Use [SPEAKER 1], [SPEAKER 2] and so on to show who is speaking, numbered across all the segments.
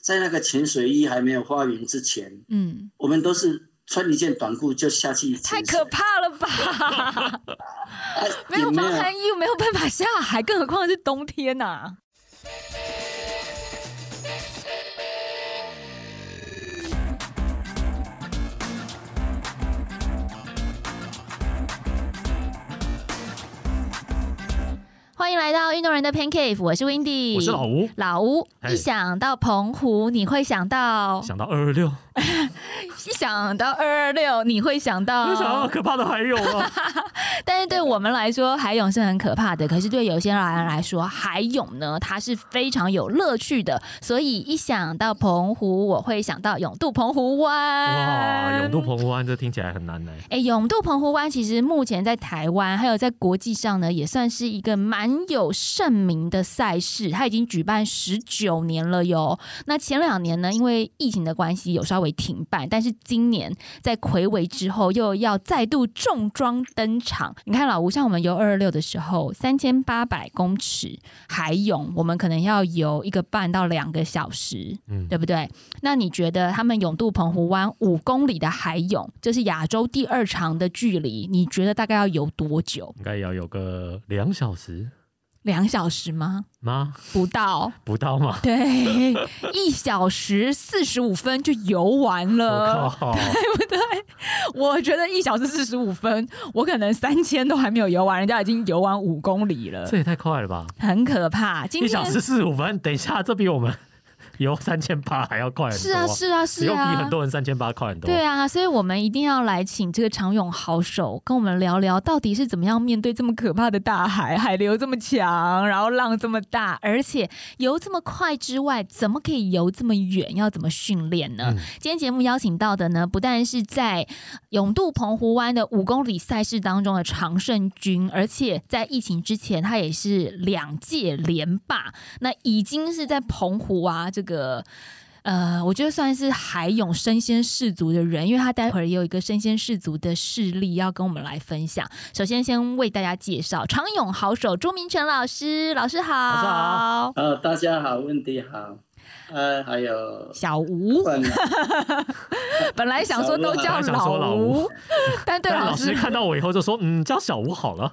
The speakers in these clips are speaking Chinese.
[SPEAKER 1] 在那个潜水衣还没有发明之前，
[SPEAKER 2] 嗯，
[SPEAKER 1] 我们都是穿一件短裤就下去
[SPEAKER 2] 太
[SPEAKER 1] 潜水
[SPEAKER 2] 可怕了 吧！
[SPEAKER 1] 啊
[SPEAKER 2] 没
[SPEAKER 1] 也
[SPEAKER 2] 有
[SPEAKER 1] 没
[SPEAKER 2] 防
[SPEAKER 1] 有
[SPEAKER 2] 寒衣，没有办法下海，更何况是冬天啊呐、欢迎来到运动人的 Pan Cave，我是 Windy，
[SPEAKER 3] 我是老吴，
[SPEAKER 2] 老吴。
[SPEAKER 3] 嘿
[SPEAKER 2] 一想到澎湖，你会想到；
[SPEAKER 3] 想到二二六，
[SPEAKER 2] 一想到二二六，你会想
[SPEAKER 3] 没
[SPEAKER 2] 到。
[SPEAKER 3] 想到可怕的还有 啊！
[SPEAKER 2] 但是对我们来说，海泳是很可怕的。可是对有些人来说，海泳呢，它是非常有乐趣的。所以一想到澎湖，我会想到永渡澎湖湾。
[SPEAKER 3] 哇，永渡。澎湖湾这听起来很难呢。
[SPEAKER 2] 哎，永渡澎湖湾其实目前在台湾还有在国际上呢，也算是一个蛮有盛名的赛事，它已经举办十九年了哟。那前两年呢，因为疫情的关系有稍微停办，但是今年在魁违之后又要再度重装登场。你看老吴，像我们游二二六的时候，三千八百公尺海泳，我们可能要游一个半到两个小时，
[SPEAKER 3] 嗯
[SPEAKER 2] 对不对？那你觉得他们永渡澎湖湾五公里的海泳，这是亚洲第二长的距离，你觉得大概要游多久？
[SPEAKER 3] 应该也要有个两小时
[SPEAKER 2] 两小时吗？
[SPEAKER 3] 吗？
[SPEAKER 2] 不到，
[SPEAKER 3] 不到吗？
[SPEAKER 2] 对，一小时四十五分就游完了。
[SPEAKER 3] 我靠！
[SPEAKER 2] 我觉得一小时四十五分，我可能三千都还没有游完，人家已经游完五公里了
[SPEAKER 3] 这，也太快了吧！
[SPEAKER 2] 很可怕。今
[SPEAKER 3] 一小
[SPEAKER 2] 天
[SPEAKER 3] 时四十五分，等一下，这比我们 游三千八还要快很多。
[SPEAKER 2] 是啊，是啊，
[SPEAKER 3] 只
[SPEAKER 2] 是
[SPEAKER 3] 有比
[SPEAKER 2] 啊
[SPEAKER 3] 很，多人三千八快很多。
[SPEAKER 2] 对啊，所以我们一定要来请这个长泳好手跟我们聊聊，到底是怎么样面对这么可怕的大海，海流这么强，然后浪这么大，而且游这么快之外，怎么可以游这么远？要怎么训练呢？
[SPEAKER 3] 嗯
[SPEAKER 2] 今天节目邀请到的呢，不但是在永渡澎湖湾的五公里赛事当中的常胜军，而且在疫情之前，他也是两届连霸，那已经是在澎湖啊这个。呃，我觉得算是海泳身先士卒的人，因为他待会儿也有一个身先士卒的事例要跟我们来分享。首先，先为大家介绍长泳好手朱明成老师，老师好，
[SPEAKER 3] 老师好
[SPEAKER 1] 啊，大家好，问题好，呃，还 有
[SPEAKER 2] 小吴，
[SPEAKER 1] 冠啊
[SPEAKER 2] 本来想说都叫
[SPEAKER 3] 本来想说
[SPEAKER 2] 老
[SPEAKER 3] 老
[SPEAKER 2] 吴，但对啊
[SPEAKER 3] 但
[SPEAKER 2] 老
[SPEAKER 3] 老师
[SPEAKER 2] 师
[SPEAKER 3] 看到我以后就说：“嗯，叫小 吴好了。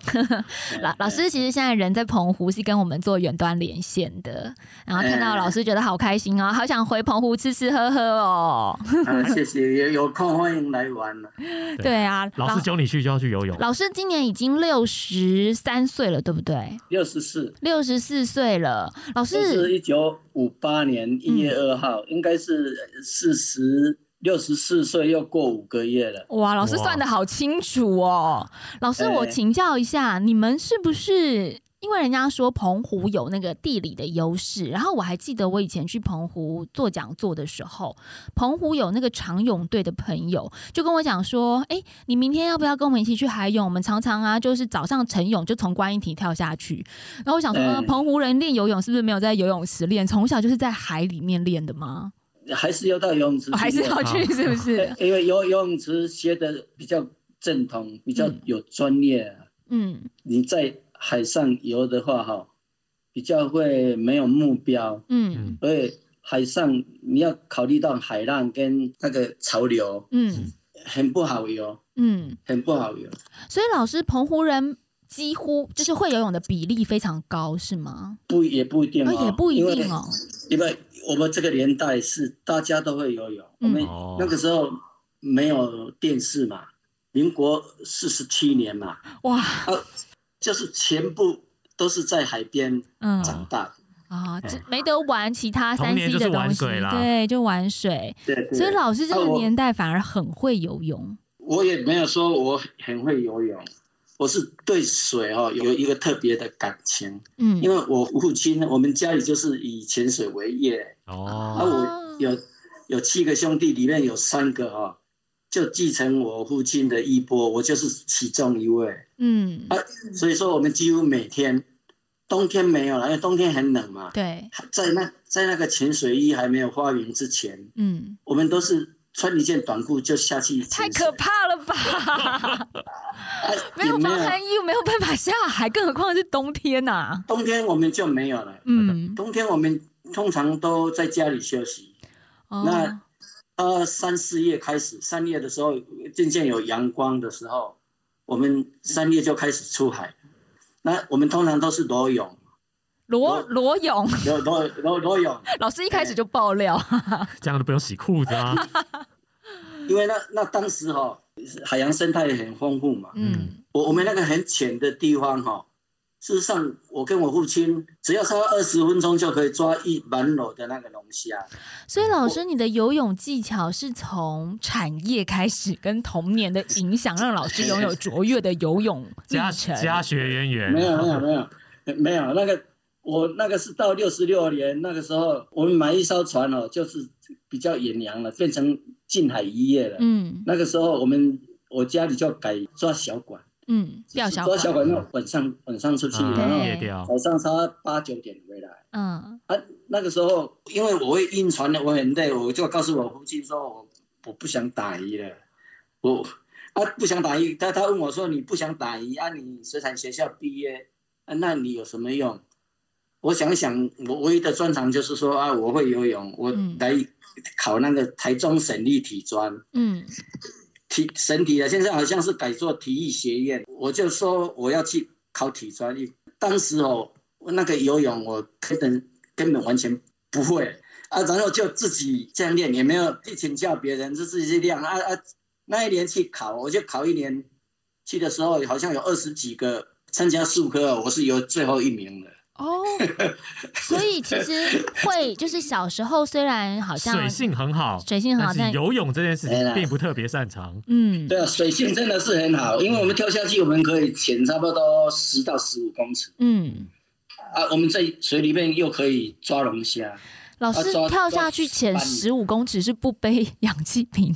[SPEAKER 2] 老
[SPEAKER 1] 哎
[SPEAKER 2] 老师其实现在人在澎湖，是跟我们做远端连线的。然后看到老师觉得好开心哦，好想回澎湖吃吃喝喝哦。
[SPEAKER 1] 啊，谢谢，有有空欢迎来玩了。
[SPEAKER 3] 对
[SPEAKER 2] 对啊，”
[SPEAKER 3] 老师揪你去就要去游泳，
[SPEAKER 2] 老师今年已经六十三岁了，对不对？
[SPEAKER 1] 六十四，
[SPEAKER 2] 六十四岁了，老
[SPEAKER 1] 这是
[SPEAKER 2] 师
[SPEAKER 1] 一九五八年一月二号，应该是四十六十四岁，又过五个月了。
[SPEAKER 2] 哇，老师
[SPEAKER 3] 哇
[SPEAKER 2] 算的好清楚哦。老师，
[SPEAKER 1] 哎
[SPEAKER 2] 我请教一下，你们是不是？因为人家说澎湖有那个地理的优势，然后我还记得我以前去澎湖做讲座的时候，澎湖有那个长泳队的朋友就跟我讲说：“哎，你明天要不要跟我们一起去海泳？我们常常啊，就是早上晨泳就从观音亭跳下去。”然后我想说、呃
[SPEAKER 1] 嗯
[SPEAKER 2] 澎湖人练游泳是不是没有在游泳池练？从小就是在海里面练的吗？
[SPEAKER 1] 还是要到游泳池去
[SPEAKER 2] 哦
[SPEAKER 1] 练，
[SPEAKER 2] 还是要去？是不是？
[SPEAKER 1] 因为游游泳池学的比较正统，比较
[SPEAKER 2] 嗯
[SPEAKER 1] 有专业啊、
[SPEAKER 2] 嗯
[SPEAKER 1] 你在海上游的话，哈，比较会没有目标，
[SPEAKER 2] 嗯
[SPEAKER 1] 所以海上你要考虑到海浪跟那个潮流，
[SPEAKER 2] 嗯
[SPEAKER 1] 很不好游，
[SPEAKER 2] 嗯，
[SPEAKER 1] 很不好游。
[SPEAKER 2] 所以老师，澎湖人几乎就是会游泳的比例非常高，是吗？
[SPEAKER 1] 不也不一定
[SPEAKER 2] 那
[SPEAKER 1] 哦，
[SPEAKER 2] 也不一定哦。
[SPEAKER 1] 因为，因为我们这个年代是大家都会游泳，我
[SPEAKER 2] 嗯
[SPEAKER 1] 们
[SPEAKER 3] 哦
[SPEAKER 1] 那个时候没有电视嘛，民国四十七年嘛，
[SPEAKER 2] 哇，
[SPEAKER 1] 就是全部都是在海边
[SPEAKER 2] 嗯
[SPEAKER 1] 长大的，
[SPEAKER 2] 啊，这没得玩其他
[SPEAKER 3] 嗯 童
[SPEAKER 2] 三
[SPEAKER 3] 年
[SPEAKER 2] C
[SPEAKER 3] 就
[SPEAKER 2] 的
[SPEAKER 3] 是
[SPEAKER 2] 东
[SPEAKER 3] 玩
[SPEAKER 2] 西
[SPEAKER 3] 水，啦哦
[SPEAKER 2] 对，就玩水。
[SPEAKER 1] 对对。
[SPEAKER 2] 所以老师这
[SPEAKER 1] 啊
[SPEAKER 2] 个
[SPEAKER 1] 我
[SPEAKER 2] 年代反而很会游泳。
[SPEAKER 1] 我也没有说我很会游泳，我是对水哦有一个特别的感情，
[SPEAKER 2] 嗯
[SPEAKER 1] 因为我父亲我们家里就是以潜水为业，啊，
[SPEAKER 3] 哦，
[SPEAKER 2] 哦
[SPEAKER 1] 我有有七个兄弟，里面有三个哦，就继承我父亲的衣钵，我就是其中一位，
[SPEAKER 2] 嗯，
[SPEAKER 1] 所以说我们几乎每天，冬天没有了，因为冬天很冷嘛，
[SPEAKER 2] 对，
[SPEAKER 1] 在那在那个潜水衣还没有发明之前，
[SPEAKER 2] 嗯，
[SPEAKER 1] 我们都是穿一件短裤就下去
[SPEAKER 2] 太
[SPEAKER 1] 潜水，
[SPEAKER 2] 可怕了 吧！
[SPEAKER 1] 啊
[SPEAKER 2] 没
[SPEAKER 1] 也
[SPEAKER 2] 有
[SPEAKER 1] 没
[SPEAKER 2] 防
[SPEAKER 1] 有
[SPEAKER 2] 寒衣，没有办法下海，更何况是冬天呐、
[SPEAKER 1] 冬天我们就没有了。
[SPEAKER 2] 嗯，
[SPEAKER 1] 冬天我们通常都在家里休息，
[SPEAKER 2] 哦
[SPEAKER 1] 那呃，三四月开始，三月的时候渐渐有阳光的时候，我们三月就开始出海。那我们通常都是裸泳，
[SPEAKER 2] 罗罗勇
[SPEAKER 1] 裸裸裸裸泳，
[SPEAKER 2] 老师一开始就爆料，
[SPEAKER 3] 这样都不用洗裤 子啊。
[SPEAKER 1] 因为那那当时哈、海洋生态很丰富嘛。
[SPEAKER 2] 嗯，
[SPEAKER 1] 我我们那个很浅的地方哈、事实上我跟我父亲只要差二十分钟就可以抓一满篓的那个龙虾。
[SPEAKER 2] 所以老师你的游泳技巧是从产业开始，跟童年的影响，让老师拥有卓越的游泳历
[SPEAKER 3] 家
[SPEAKER 2] 程。
[SPEAKER 3] 家学渊 源，
[SPEAKER 1] 没有没有没有呃没有那个我那个是到六十六年那个时候，我们买一艘船哦，就是比较远洋了，变成近海渔业了。
[SPEAKER 2] 嗯
[SPEAKER 1] 那个时候我们我家里就改抓小管，
[SPEAKER 2] 嗯，钓小
[SPEAKER 1] 抓
[SPEAKER 2] 管，
[SPEAKER 1] 小管那种晚上晚上出去，
[SPEAKER 3] 啊
[SPEAKER 1] 然后
[SPEAKER 2] 对
[SPEAKER 3] 戒掉
[SPEAKER 1] 早上差八九点回来。
[SPEAKER 2] 嗯
[SPEAKER 1] 啊，那个时候因为我会晕船了，我很累，我就告诉我父亲说我我不想打鱼了，我啊不想打鱼。他他问我说你不想打鱼啊？你水产学校毕业啊？那你有什么用？我想想，我唯一的专长就是说啊，我会游泳，我
[SPEAKER 2] 嗯
[SPEAKER 1] 来考那个台中省立体专。
[SPEAKER 2] 嗯
[SPEAKER 1] 体省体的，现在好像是改做体育学院。我就说我要去考体专，当时哦，那个游泳我根本根本完全不会啊，然后就自己这样练，也没有去请教别人，就自己去练啊啊。那一年去考，我就考一年，去的时候好像有二十几个参加数科，我是有最后一名的。
[SPEAKER 2] 哦，所以其实会就是小时候虽然好像
[SPEAKER 3] 水性很好，
[SPEAKER 2] 水性很好
[SPEAKER 3] 但
[SPEAKER 2] 但
[SPEAKER 3] 是游泳这件事
[SPEAKER 1] 对
[SPEAKER 3] 情
[SPEAKER 1] 啦
[SPEAKER 3] 并不特别擅长。
[SPEAKER 2] 嗯
[SPEAKER 1] 对啊，水性真的是很好，因为我们跳下去，我们可以潜差不多十到十五公尺
[SPEAKER 2] 嗯，
[SPEAKER 1] 啊，我们在水里面又可以抓龙虾。
[SPEAKER 2] 老师
[SPEAKER 1] 啊抓
[SPEAKER 2] 跳下去
[SPEAKER 1] 抓
[SPEAKER 2] 潜
[SPEAKER 1] 翻
[SPEAKER 2] 十五公尺是不背 氧气瓶，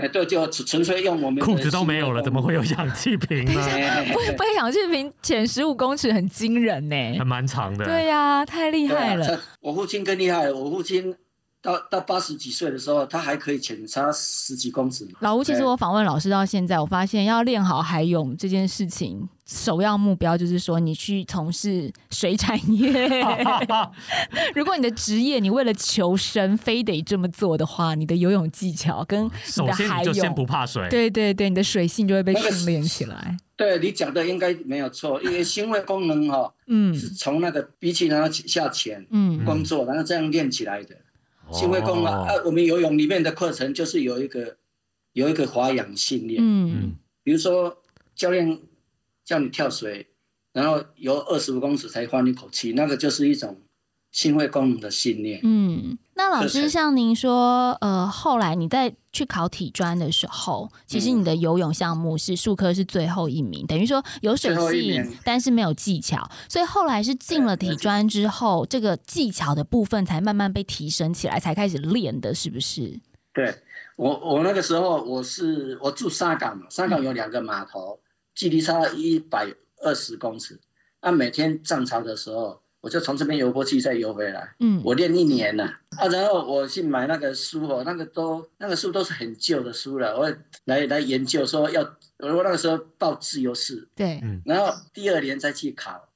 [SPEAKER 1] 哎，对，就纯纯粹用我们的
[SPEAKER 3] 裤子都没有了，
[SPEAKER 1] 行
[SPEAKER 3] 怎
[SPEAKER 1] 为
[SPEAKER 3] 么
[SPEAKER 1] 动
[SPEAKER 3] 会有氧气瓶 呢？
[SPEAKER 1] 哎
[SPEAKER 2] 不背氧气瓶潜十五公尺很惊人呢、
[SPEAKER 3] 还蛮长的。
[SPEAKER 2] 对呀、太厉害
[SPEAKER 1] 对
[SPEAKER 2] 了。
[SPEAKER 1] 啊我父亲更厉害，我父亲到到八十几岁的时候，他还可以潜差十几公尺。
[SPEAKER 2] 老吴，其实我访问老师到现在，我发现要练好海泳这件事情，首要目标就是说你去从事水产 业。如果你的职业你为了求生非得这么做的话，你的游泳技巧跟你
[SPEAKER 3] 首
[SPEAKER 2] 的
[SPEAKER 3] 先
[SPEAKER 2] 海
[SPEAKER 3] 你就先
[SPEAKER 2] 泳，
[SPEAKER 3] 不怕水，
[SPEAKER 2] 对对对，你的水性就会被
[SPEAKER 1] 那个
[SPEAKER 2] 训练起来。
[SPEAKER 1] 对你讲的应该没有错，因为心肺功能哈、
[SPEAKER 2] 嗯
[SPEAKER 1] 是从那个鼻气然后下潜
[SPEAKER 2] 嗯
[SPEAKER 1] 工作，然后这样练起来的。
[SPEAKER 3] 哦
[SPEAKER 1] 心肺功能、啊，我们游泳里面的课程就是有一个有一个划氧训练，
[SPEAKER 2] 嗯
[SPEAKER 3] 嗯，
[SPEAKER 1] 比如说教练叫你跳水，然后游二十五公尺才换一口气，那个就是一种心肺功能的训练。
[SPEAKER 2] 嗯，那老
[SPEAKER 1] 这
[SPEAKER 2] 师，
[SPEAKER 1] 才
[SPEAKER 2] 像您说，呃，后来你在去考体专的时候，其
[SPEAKER 1] 嗯
[SPEAKER 2] 实你的游泳项目是数科是最后一名，等于说有水
[SPEAKER 1] 最后一
[SPEAKER 2] 性
[SPEAKER 1] 名，
[SPEAKER 2] 但是没有技巧，所以后来是进了体专之后，这个技巧的部分才慢慢被提升起来，才开始练的，是不是？
[SPEAKER 1] 对我，我那个时候我是我住沙港嘛，沙港有两个码头，距离差一百二十公尺。那、每天涨潮的时候，我就从这边游过去，再游回来。
[SPEAKER 2] 嗯，
[SPEAKER 1] 我练一年了啊然后我去买那个书哦，那个都那个书都是很旧的书了，我来来研究说要，我那个时候报自由式，
[SPEAKER 2] 对，
[SPEAKER 1] 然后第二年再去考，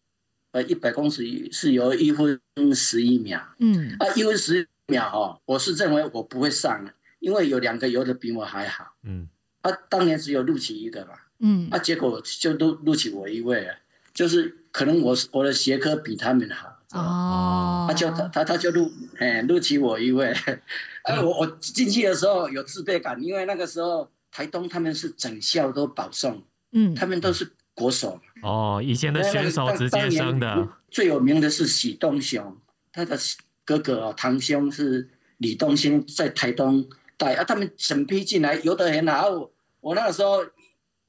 [SPEAKER 1] 呃，一百公尺是游一分十一秒，
[SPEAKER 2] 嗯
[SPEAKER 1] 啊，一分十秒哦，我是认为我不会上的，因为有两个游的比我还好。
[SPEAKER 3] 嗯，
[SPEAKER 1] 啊，当年只有录取一个嘛，
[SPEAKER 2] 嗯
[SPEAKER 1] 啊，结果就录录取我一位了，啊就是可能我是我的学科比他们好，
[SPEAKER 2] 哦，
[SPEAKER 1] 他就他他他就录哎录取我一位。 啊，我我进去的时候有自卑感，因为那个时候台东他们是整校都保送，
[SPEAKER 2] 嗯
[SPEAKER 1] 他们都是国手嘛，
[SPEAKER 3] 哦，以前的选手直接升的，啊
[SPEAKER 1] 最有名的是许东雄，他的哥哥哦，堂兄是李东兴，在台东带啊，他们审批进来游得很好。啊我我那个时候，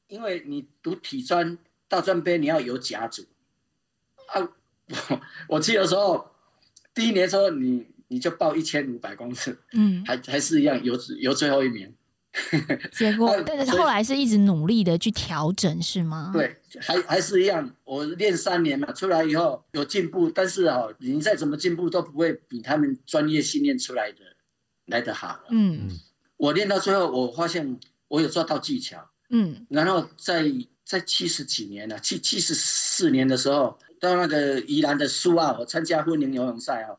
[SPEAKER 1] 因为你读体专大专杯，你要游甲组啊， 我我去的时候，第一年的时候你你就报一千五百公尺，
[SPEAKER 2] 嗯，
[SPEAKER 1] 还还是一样游游最后一名。
[SPEAKER 2] 结果
[SPEAKER 1] 啊
[SPEAKER 2] 但是
[SPEAKER 1] 所以
[SPEAKER 2] 后来是一直努力的去调整，是吗？，
[SPEAKER 1] 对，还还是一样，我练三年嘛，出来以后有进步，但是哦，你再怎么进步都不会比他们专业训练出来的来得好。啊
[SPEAKER 2] 嗯
[SPEAKER 1] 我练到最后，我发现我有抓到技巧，
[SPEAKER 2] 嗯
[SPEAKER 1] 然后在在七十几年了、七七十四年的时候，到那个宜兰的啊苏澳，我参加婚龄游泳赛哦，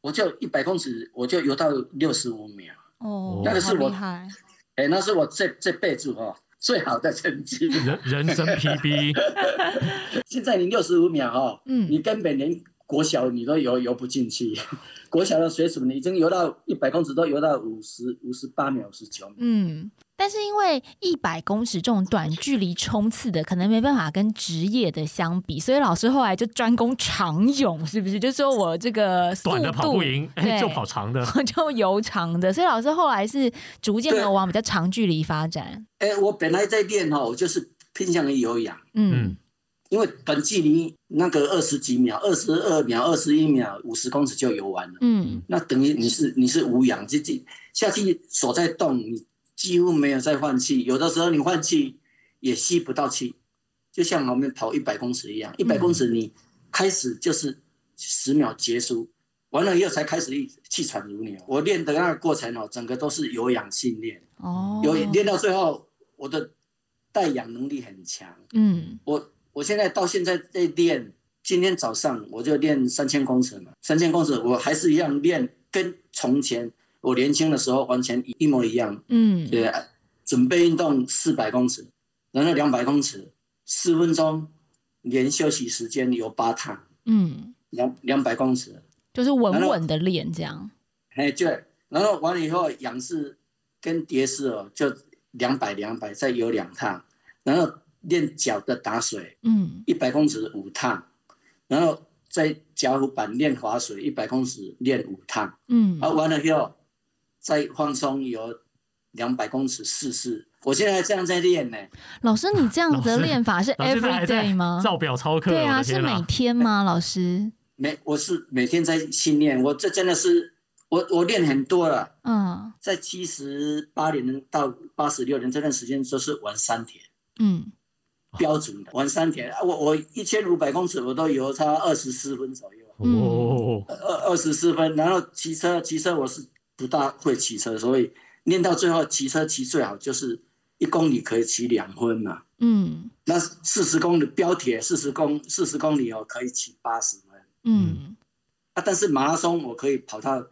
[SPEAKER 1] 我就一百公尺，我就游到六十五秒，
[SPEAKER 2] 哦，
[SPEAKER 1] 那个是
[SPEAKER 2] 好
[SPEAKER 1] 我
[SPEAKER 2] 厉害，
[SPEAKER 1] 哎、那是我这这辈子哈、哦、最好的成绩。
[SPEAKER 3] 人人生 PB，
[SPEAKER 1] 现在你六十五秒哈、哦，
[SPEAKER 2] 嗯，
[SPEAKER 1] 你根本连国小你都游游不进去， 国小的水准你已经游到一百公尺都游到五十五十八秒、五十九秒。
[SPEAKER 2] 嗯，但是因为一百公尺这种短距离冲刺的，可能没办法跟职业的相比，所以老师后来就专攻长泳，是不是？就说我这个速
[SPEAKER 3] 短的跑
[SPEAKER 2] 度
[SPEAKER 3] 不，赢，
[SPEAKER 2] 对
[SPEAKER 3] 哎， 就跑长的。
[SPEAKER 2] 我就游长的，所以老师后来是逐渐
[SPEAKER 1] 对
[SPEAKER 2] 的往比较长距离发展。
[SPEAKER 1] 哎、我本来在练哈、哦，我就是偏向于有氧，
[SPEAKER 2] 嗯
[SPEAKER 3] 嗯，
[SPEAKER 1] 因为短距离那个二十几秒、二十二秒、二十一秒、五十公尺就游完了。
[SPEAKER 2] 嗯
[SPEAKER 1] 那等于你是你是无氧，自己下去手在动，你几乎没有在换气，有的时候你换气也吸不到气，就像我们跑一百公尺一样，一百公尺你开始就是十秒结束，完了以后才开始一气喘如牛。我练的那个过程哦，整个都是有氧训练，
[SPEAKER 2] 哦，
[SPEAKER 1] 有练到最后，我的带氧能力很强。
[SPEAKER 2] 嗯
[SPEAKER 1] 我我现在到现在在练，今天早上我就练三千公尺嘛，三千公尺我还是一样练，跟从前我年轻的时候完全一模一样。
[SPEAKER 2] 嗯
[SPEAKER 1] 对，啊准备运动四百公尺，然后两百公尺，四分钟，连休息时间有八趟，
[SPEAKER 2] 嗯，
[SPEAKER 1] 两两百公尺，
[SPEAKER 2] 就是稳稳的练这样。
[SPEAKER 1] 哎对，然后完了以后仰式跟蝶式哦，就两百两百再游两趟，然后练脚的打水。
[SPEAKER 2] 嗯
[SPEAKER 1] 一百公尺五趟，然后在甲湖板练划水，一百公尺练五趟，
[SPEAKER 2] 嗯
[SPEAKER 1] 啊，完了以后再放松游两百公尺试试。我现在这样在练呢，
[SPEAKER 2] 老师，你这样子的
[SPEAKER 3] 老师
[SPEAKER 2] 练法是
[SPEAKER 3] 然后现在
[SPEAKER 2] every
[SPEAKER 3] 还在
[SPEAKER 2] day 吗？
[SPEAKER 3] 照表操课，
[SPEAKER 2] 对
[SPEAKER 3] 我
[SPEAKER 2] 啊，
[SPEAKER 3] 的
[SPEAKER 2] 是
[SPEAKER 3] 天
[SPEAKER 2] 每
[SPEAKER 3] 哪！
[SPEAKER 2] 天吗？老师，
[SPEAKER 1] 每我是每天在训练，我这真的是我我练很多了，
[SPEAKER 2] 嗯
[SPEAKER 1] 在七十八年到八十六年这段时间都是玩三铁。
[SPEAKER 2] 嗯，
[SPEAKER 1] 标准的玩三铁，啊我我一千五百公尺我都游差二十四分左右。
[SPEAKER 2] 嗯
[SPEAKER 3] 哦，
[SPEAKER 1] 二二十四分，然后骑车骑车我是不大会骑车，所以练到最后骑车骑最好就是一公里可以骑两分嘛。
[SPEAKER 2] 嗯
[SPEAKER 1] 那四十公里标铁四十公四十公里哦可以骑八十分
[SPEAKER 2] 嗯，
[SPEAKER 1] 啊，但是马拉松我可以跑到，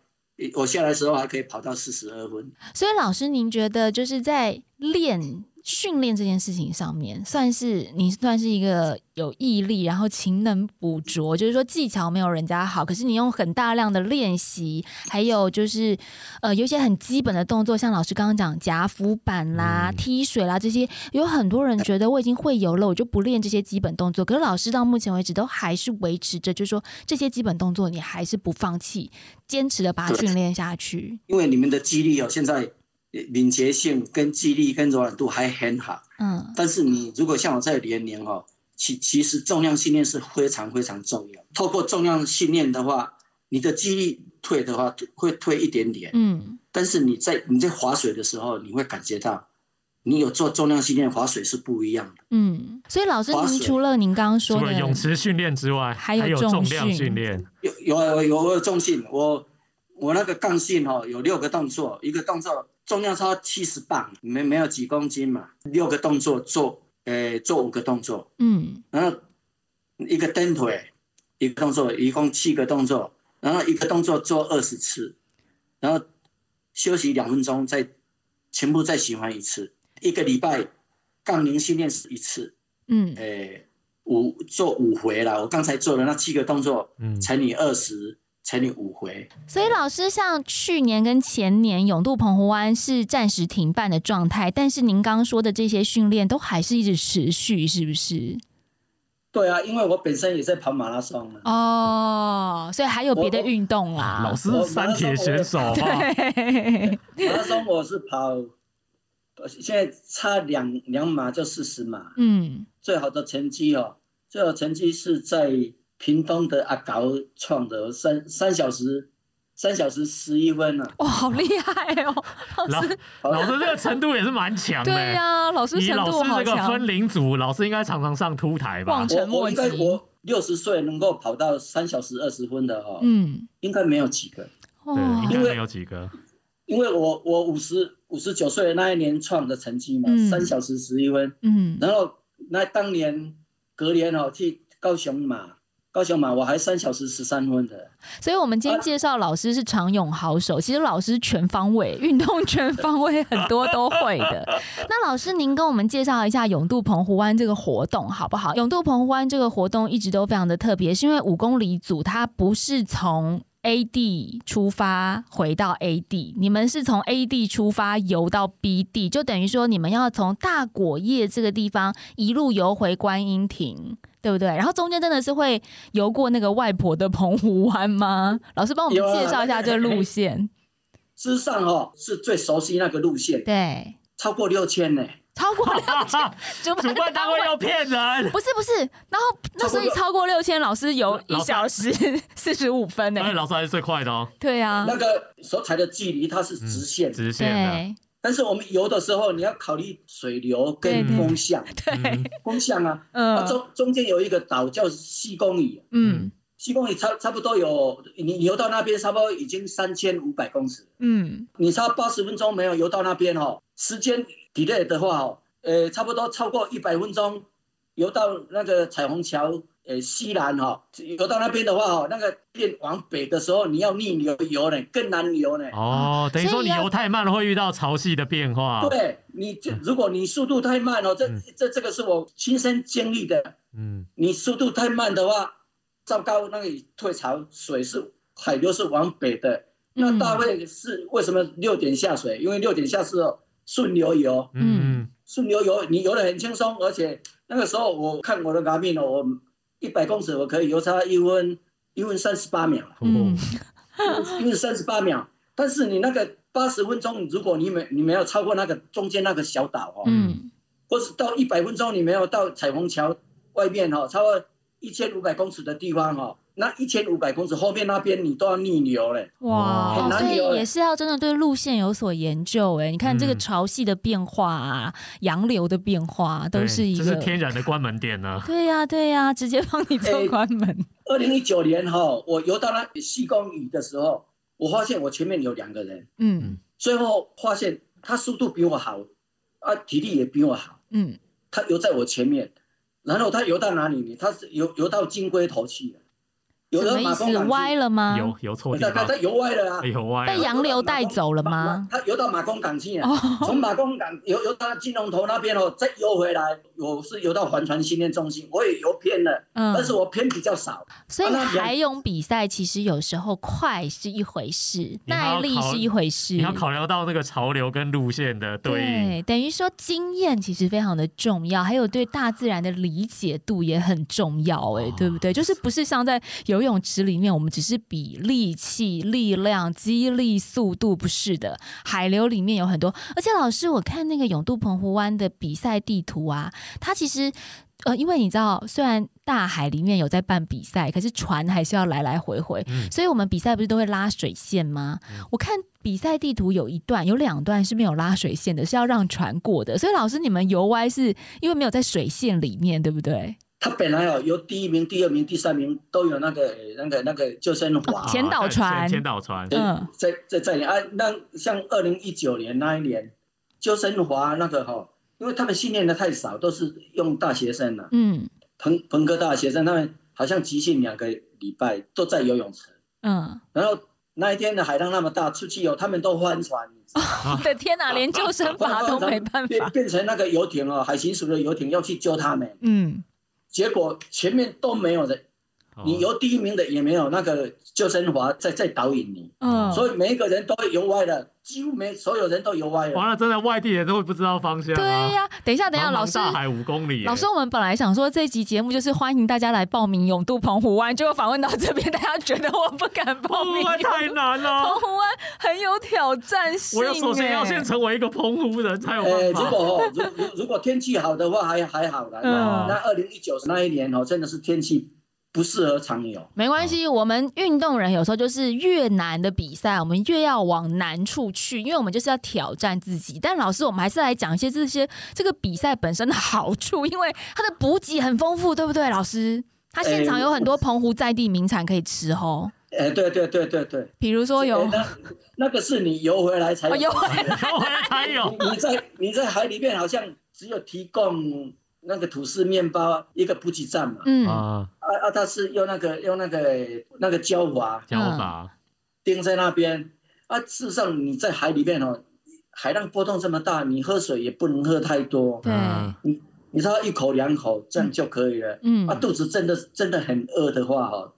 [SPEAKER 1] 我下来的时候还可以跑到四十二分。
[SPEAKER 2] 所以老师，您觉得就是在练训练这件事情上面，算是你算是一个有毅力，然后勤能补拙，就是说技巧没有人家好，可是你用很大量的练习，还有就是呃有一些很基本的动作，像老师刚刚讲夹浮板啦、
[SPEAKER 3] 嗯
[SPEAKER 2] 踢水啦这些，有很多人觉得我已经会游了，我就不练这些基本动作，可是老师到目前为止都还是维持着，就是说这些基本动作你还是不放弃，坚持的把它
[SPEAKER 1] 对
[SPEAKER 2] 训练下去，
[SPEAKER 1] 因为你们的肌力哦现在呃敏捷性跟肌力跟柔软度还很好，
[SPEAKER 2] 嗯。
[SPEAKER 1] 但是你如果像我这个年龄哦，其其实重量训练是非常非常重要。透过重量训练的话，你的肌力退的话会退一点点，
[SPEAKER 2] 嗯，
[SPEAKER 1] 但是你在你在划水的时候，你会感觉到，你有做重量训练，划水是不一样的。
[SPEAKER 2] 嗯，所以老师，
[SPEAKER 1] 划
[SPEAKER 2] 您
[SPEAKER 1] 水
[SPEAKER 2] 除了您刚刚说
[SPEAKER 3] 除
[SPEAKER 2] 的
[SPEAKER 3] 了泳池训练之外，
[SPEAKER 2] 还
[SPEAKER 3] 还
[SPEAKER 2] 有重
[SPEAKER 3] 重量
[SPEAKER 2] 训
[SPEAKER 3] 训练。
[SPEAKER 1] 有有有有有重训，我我那个杠训哦，有六个动作，一个动作重量超七十磅，没没有几公斤嘛，六个动作做，呃，做五个动作，
[SPEAKER 2] 嗯
[SPEAKER 1] 然后一个蹬腿，一个动作，一共七个动作，然后一个动作做二十次，然后休息两分钟，再全部再循环一次。一个礼拜杠铃训练是一次，
[SPEAKER 2] 嗯
[SPEAKER 1] 诶、五做五回啦。我刚才做的那七个动作，
[SPEAKER 3] 嗯
[SPEAKER 1] 乘以二十，乘以五回。
[SPEAKER 2] 所以老师，像去年跟前年永渡澎湖湾是暂时停办的状态，但是您刚刚说的这些训练都还是一直持续，是不是？
[SPEAKER 1] 对啊，因为我本身也在跑马拉松啊嘛。
[SPEAKER 2] 哦，所以还有别的
[SPEAKER 1] 我我
[SPEAKER 2] 运动啦。
[SPEAKER 3] 老师
[SPEAKER 1] 我
[SPEAKER 3] 是三铁选 手啊，
[SPEAKER 2] 哦对，
[SPEAKER 1] 马拉松我是跑，呃现在差两两码就四十码。
[SPEAKER 2] 嗯
[SPEAKER 1] 最好的成绩哦，最好成绩是在屏东的阿高创的三三小时三小时十一分啊，
[SPEAKER 2] 哇，好厉害哦！
[SPEAKER 3] 老
[SPEAKER 1] 好
[SPEAKER 3] 老师这个程度也是蛮强的。欸
[SPEAKER 2] 对呀、老师
[SPEAKER 3] 以
[SPEAKER 2] 程
[SPEAKER 3] 老
[SPEAKER 2] 度
[SPEAKER 3] 师
[SPEAKER 2] 好
[SPEAKER 3] 这个
[SPEAKER 2] 强
[SPEAKER 3] 分，龄组，老师应该常常上凸台吧
[SPEAKER 2] 忘？沉
[SPEAKER 1] 我
[SPEAKER 2] 默
[SPEAKER 1] 我应该
[SPEAKER 2] 期
[SPEAKER 1] 我六十岁能够跑到三小时二十分的哦，
[SPEAKER 2] 嗯，
[SPEAKER 1] 应该没有几个，
[SPEAKER 2] 哇
[SPEAKER 3] 对，应该
[SPEAKER 1] 因为
[SPEAKER 3] 没有几个。
[SPEAKER 1] 因为我我五十五十九岁的那一年创的成绩嘛
[SPEAKER 2] 嗯，
[SPEAKER 1] 三、小时十一分，
[SPEAKER 2] 嗯
[SPEAKER 1] 然后那当年隔年哦去高雄马高雄马我还三小时十三分的，
[SPEAKER 2] 所以，我们今天介绍老师是常勇好手，其实老师全方位，运动全方位，很多都会的。那老师，您跟我们介绍一下永渡澎湖湾这个活动好不好？永渡澎湖湾这个活动一直都非常的特别，是因为五公里组它不是从 A 地出发回到 A 地，你们是从 A 地出发游到 B 地，就等于说你们要从大果叶这个地方一路游回观音亭。对不对？然后中间真的是会游过那个外婆的澎湖湾吗？老师帮我们
[SPEAKER 1] 有啊
[SPEAKER 2] 介绍一下这个路线。
[SPEAKER 1] 事实上哦是最熟悉那个路线，
[SPEAKER 2] 对，
[SPEAKER 1] 超过六千呢，
[SPEAKER 2] 超过六千， 主
[SPEAKER 3] 主办单位又骗 人。
[SPEAKER 2] 不是不是，然后那所以超过六千，老师游一小时 四十五分呢、
[SPEAKER 3] 而且哎老师还是最快的哦，
[SPEAKER 2] 对啊，
[SPEAKER 1] 那个所踩的距离它是
[SPEAKER 2] 嗯
[SPEAKER 1] 直线，
[SPEAKER 3] 直线
[SPEAKER 2] 对
[SPEAKER 1] 但是我们游的时候你要考虑水流
[SPEAKER 2] 对
[SPEAKER 1] 跟
[SPEAKER 2] 对
[SPEAKER 1] 风向，啊
[SPEAKER 3] 的。嗯
[SPEAKER 1] 风向啊，啊
[SPEAKER 2] 嗯
[SPEAKER 1] 中中间有一个岛叫西公屿，
[SPEAKER 2] 嗯
[SPEAKER 1] 西公屿差差不多有你你游到那边差不多已经三千五百公尺，
[SPEAKER 2] 嗯，
[SPEAKER 1] 你差八十分钟没有游到那边哦，时间 delay 的话哦，呃，差不多超过一百分钟游到那个彩虹桥呃西南哈、哦，游到那边的话哦，那个变往北的时候你要逆流游呢，更难游呢。
[SPEAKER 3] 哦，等于说你游太慢了会遇到潮汐的变化。
[SPEAKER 1] 对你这如果你速度太慢哦，这
[SPEAKER 3] 嗯
[SPEAKER 1] 这这个是我亲身经历的，
[SPEAKER 3] 嗯，
[SPEAKER 1] 你速度太慢的话，糟糕，那里退潮，水是海流是往北的。那
[SPEAKER 2] 嗯
[SPEAKER 1] 大卫是为什么六点下水？因为六点下是哦顺流游，
[SPEAKER 3] 嗯
[SPEAKER 1] 顺流游你游得很轻松，而且那个时候我看我的卡面哦，我一百公尺我可以游差一分一分三十八秒，
[SPEAKER 2] 嗯
[SPEAKER 3] 嗯，
[SPEAKER 1] 一分三十八秒。但是你那个八十分钟，如果你没你没有超过那个中间那个小岛哦，
[SPEAKER 2] 嗯
[SPEAKER 1] 或是到一百分钟，你没有到彩虹桥外面哈、哦，超过一千五百公尺的地方哈、哦，那一千五百公尺后面那边你都要逆流嘞。
[SPEAKER 2] 哇，
[SPEAKER 3] 很
[SPEAKER 2] 哦
[SPEAKER 1] 难
[SPEAKER 2] 所以
[SPEAKER 1] 游
[SPEAKER 2] 也是要真的对路线有所研究哎、你看这个
[SPEAKER 3] 嗯
[SPEAKER 2] 潮汐的变化啊，洋流的变化、啊、都
[SPEAKER 3] 对
[SPEAKER 2] 是一
[SPEAKER 3] 这
[SPEAKER 2] 个
[SPEAKER 3] 是天然的关门点 呢。
[SPEAKER 2] 对呀、对呀、直接帮你做
[SPEAKER 1] 哎
[SPEAKER 2] 关门。
[SPEAKER 1] 二零一九年哈、哦，我游到那西公屿的时候，我发现我前面有两个人，
[SPEAKER 2] 嗯
[SPEAKER 1] 最后发现他速度比我好，啊，体力也比我好，
[SPEAKER 2] 嗯，
[SPEAKER 1] 他游在我前面，然后他游到哪里呢？他是游游到金龟头去了，游
[SPEAKER 2] 嗯什
[SPEAKER 1] 到马
[SPEAKER 2] 么意
[SPEAKER 1] 公
[SPEAKER 2] 思？
[SPEAKER 1] 港去
[SPEAKER 2] 歪了吗？
[SPEAKER 3] 游游错地
[SPEAKER 1] 他他
[SPEAKER 3] 方，
[SPEAKER 1] 他游歪了啊
[SPEAKER 3] 哎，游歪
[SPEAKER 2] 啊被
[SPEAKER 3] 了。
[SPEAKER 2] 洋流带走了吗？
[SPEAKER 1] 他游到马公港去了。
[SPEAKER 2] 哦，
[SPEAKER 1] 从马公港游游到金龙头那边哦，再游回来，我是游到环船训练中心，我也游偏了，
[SPEAKER 2] 嗯
[SPEAKER 1] 但是我偏比较少。
[SPEAKER 2] 所以
[SPEAKER 1] 啊那
[SPEAKER 2] 海泳比赛其实有时候快是一回事，
[SPEAKER 3] 你还要
[SPEAKER 2] 耐力
[SPEAKER 3] 考
[SPEAKER 2] 是一回事
[SPEAKER 3] 你。要考量到那个潮流跟路线的对应。
[SPEAKER 2] 对，等于说经验其实非常的重要，还有对大自然的理解度也很重要，哎、
[SPEAKER 3] 哦
[SPEAKER 2] 对不对？就是不是像在游泳池里面，我们只是比力气、力量、肌力、速度，不是的。海流里面有很多，而且老师，我看那个永渡澎湖湾的比赛地图啊，它其实。呃，因为你知道，虽然大海里面有在办比赛，可是船还是要来来回回，
[SPEAKER 3] 嗯
[SPEAKER 2] 所以我们比赛不是都会拉水线吗？我看比赛地图有一段，有两段是没有拉水线的，是要让船过的。所以老师，你们游歪是因为没有在水线里面，对不对？
[SPEAKER 1] 他本来哦，游第一名、第二名、第三名都有那个那个那个救生
[SPEAKER 3] 啊
[SPEAKER 1] 滑，
[SPEAKER 2] 潜导
[SPEAKER 3] 对
[SPEAKER 2] 船
[SPEAKER 3] 潜导船。
[SPEAKER 2] 嗯
[SPEAKER 1] 在在在啊，那像二零一九年那一年，救生滑那个哈、哦，因为他们训练的太少，都是用大学生了、
[SPEAKER 2] 嗯
[SPEAKER 1] 彭彭科大的学生，他们好像集训两个礼拜都在游泳池，
[SPEAKER 2] 嗯，
[SPEAKER 1] 然后那一天的海浪那么大，出去游他们都翻船。你知道吗
[SPEAKER 2] 我的天哪，连救生筏都没办
[SPEAKER 1] 变
[SPEAKER 2] 法。
[SPEAKER 1] 变成那个游艇哦，海巡署的游艇要去救他们，
[SPEAKER 2] 嗯，
[SPEAKER 1] 结果前面都没有人，
[SPEAKER 3] 哦
[SPEAKER 1] 你游第一名的也没有那个救生筏在在导引你，
[SPEAKER 2] 嗯，
[SPEAKER 1] 所以每一个人都游歪了，几乎没所有人都游歪了。
[SPEAKER 3] 完了，真的外地人都会不知道方向啊。
[SPEAKER 2] 对呀、等一下，等一下，
[SPEAKER 3] 茫茫
[SPEAKER 2] 老师。
[SPEAKER 3] 大海五公里耶。哦
[SPEAKER 2] 老师，我们本来想说这集节目就是欢迎大家来报名永渡澎湖湾，结果访问到这边，大家觉得我不敢报名
[SPEAKER 3] 澎湖湾太
[SPEAKER 2] 永渡。
[SPEAKER 3] 难了
[SPEAKER 2] 澎，湖湾很有挑战啊性
[SPEAKER 3] 我
[SPEAKER 2] 欸，
[SPEAKER 3] 要首先要先成为一个澎湖人才有
[SPEAKER 1] 呃，
[SPEAKER 3] 办
[SPEAKER 1] 如
[SPEAKER 3] 法。
[SPEAKER 1] 果哦，如如如果天气好的话还还好啦。
[SPEAKER 2] 嗯
[SPEAKER 3] 啊
[SPEAKER 1] 那二零一九那一年哦，真的是天气不适合长游。
[SPEAKER 2] 没关系，我们运动人有时候就是越难的比赛，我们越要往难处去，因为我们就是要挑战自己。但老师，我们还是来讲一些这些这个比赛本身的好处，因为它的补给很丰富，对不对，老师？它现场有很多澎湖在地名产可以吃哦，
[SPEAKER 1] 哎，对对对对对，
[SPEAKER 2] 比如说有
[SPEAKER 1] 哎那那个是你游回来才
[SPEAKER 2] 哦有
[SPEAKER 3] 然后回来才有
[SPEAKER 1] 你你在你在海里面好像只有提供那个吐司面包一个补给站嘛，
[SPEAKER 2] 嗯
[SPEAKER 3] 啊，
[SPEAKER 1] 啊啊，他是用那个用那个那个胶法
[SPEAKER 3] 教法
[SPEAKER 1] 钉在那边啊。事实上你在海里面哦，海浪波动这么大，你喝水也不能喝太多，
[SPEAKER 2] 对
[SPEAKER 3] 嗯
[SPEAKER 1] 你知道一口两口这样就可以了。
[SPEAKER 2] 嗯
[SPEAKER 1] 啊，肚子真的真的很饿的话哦，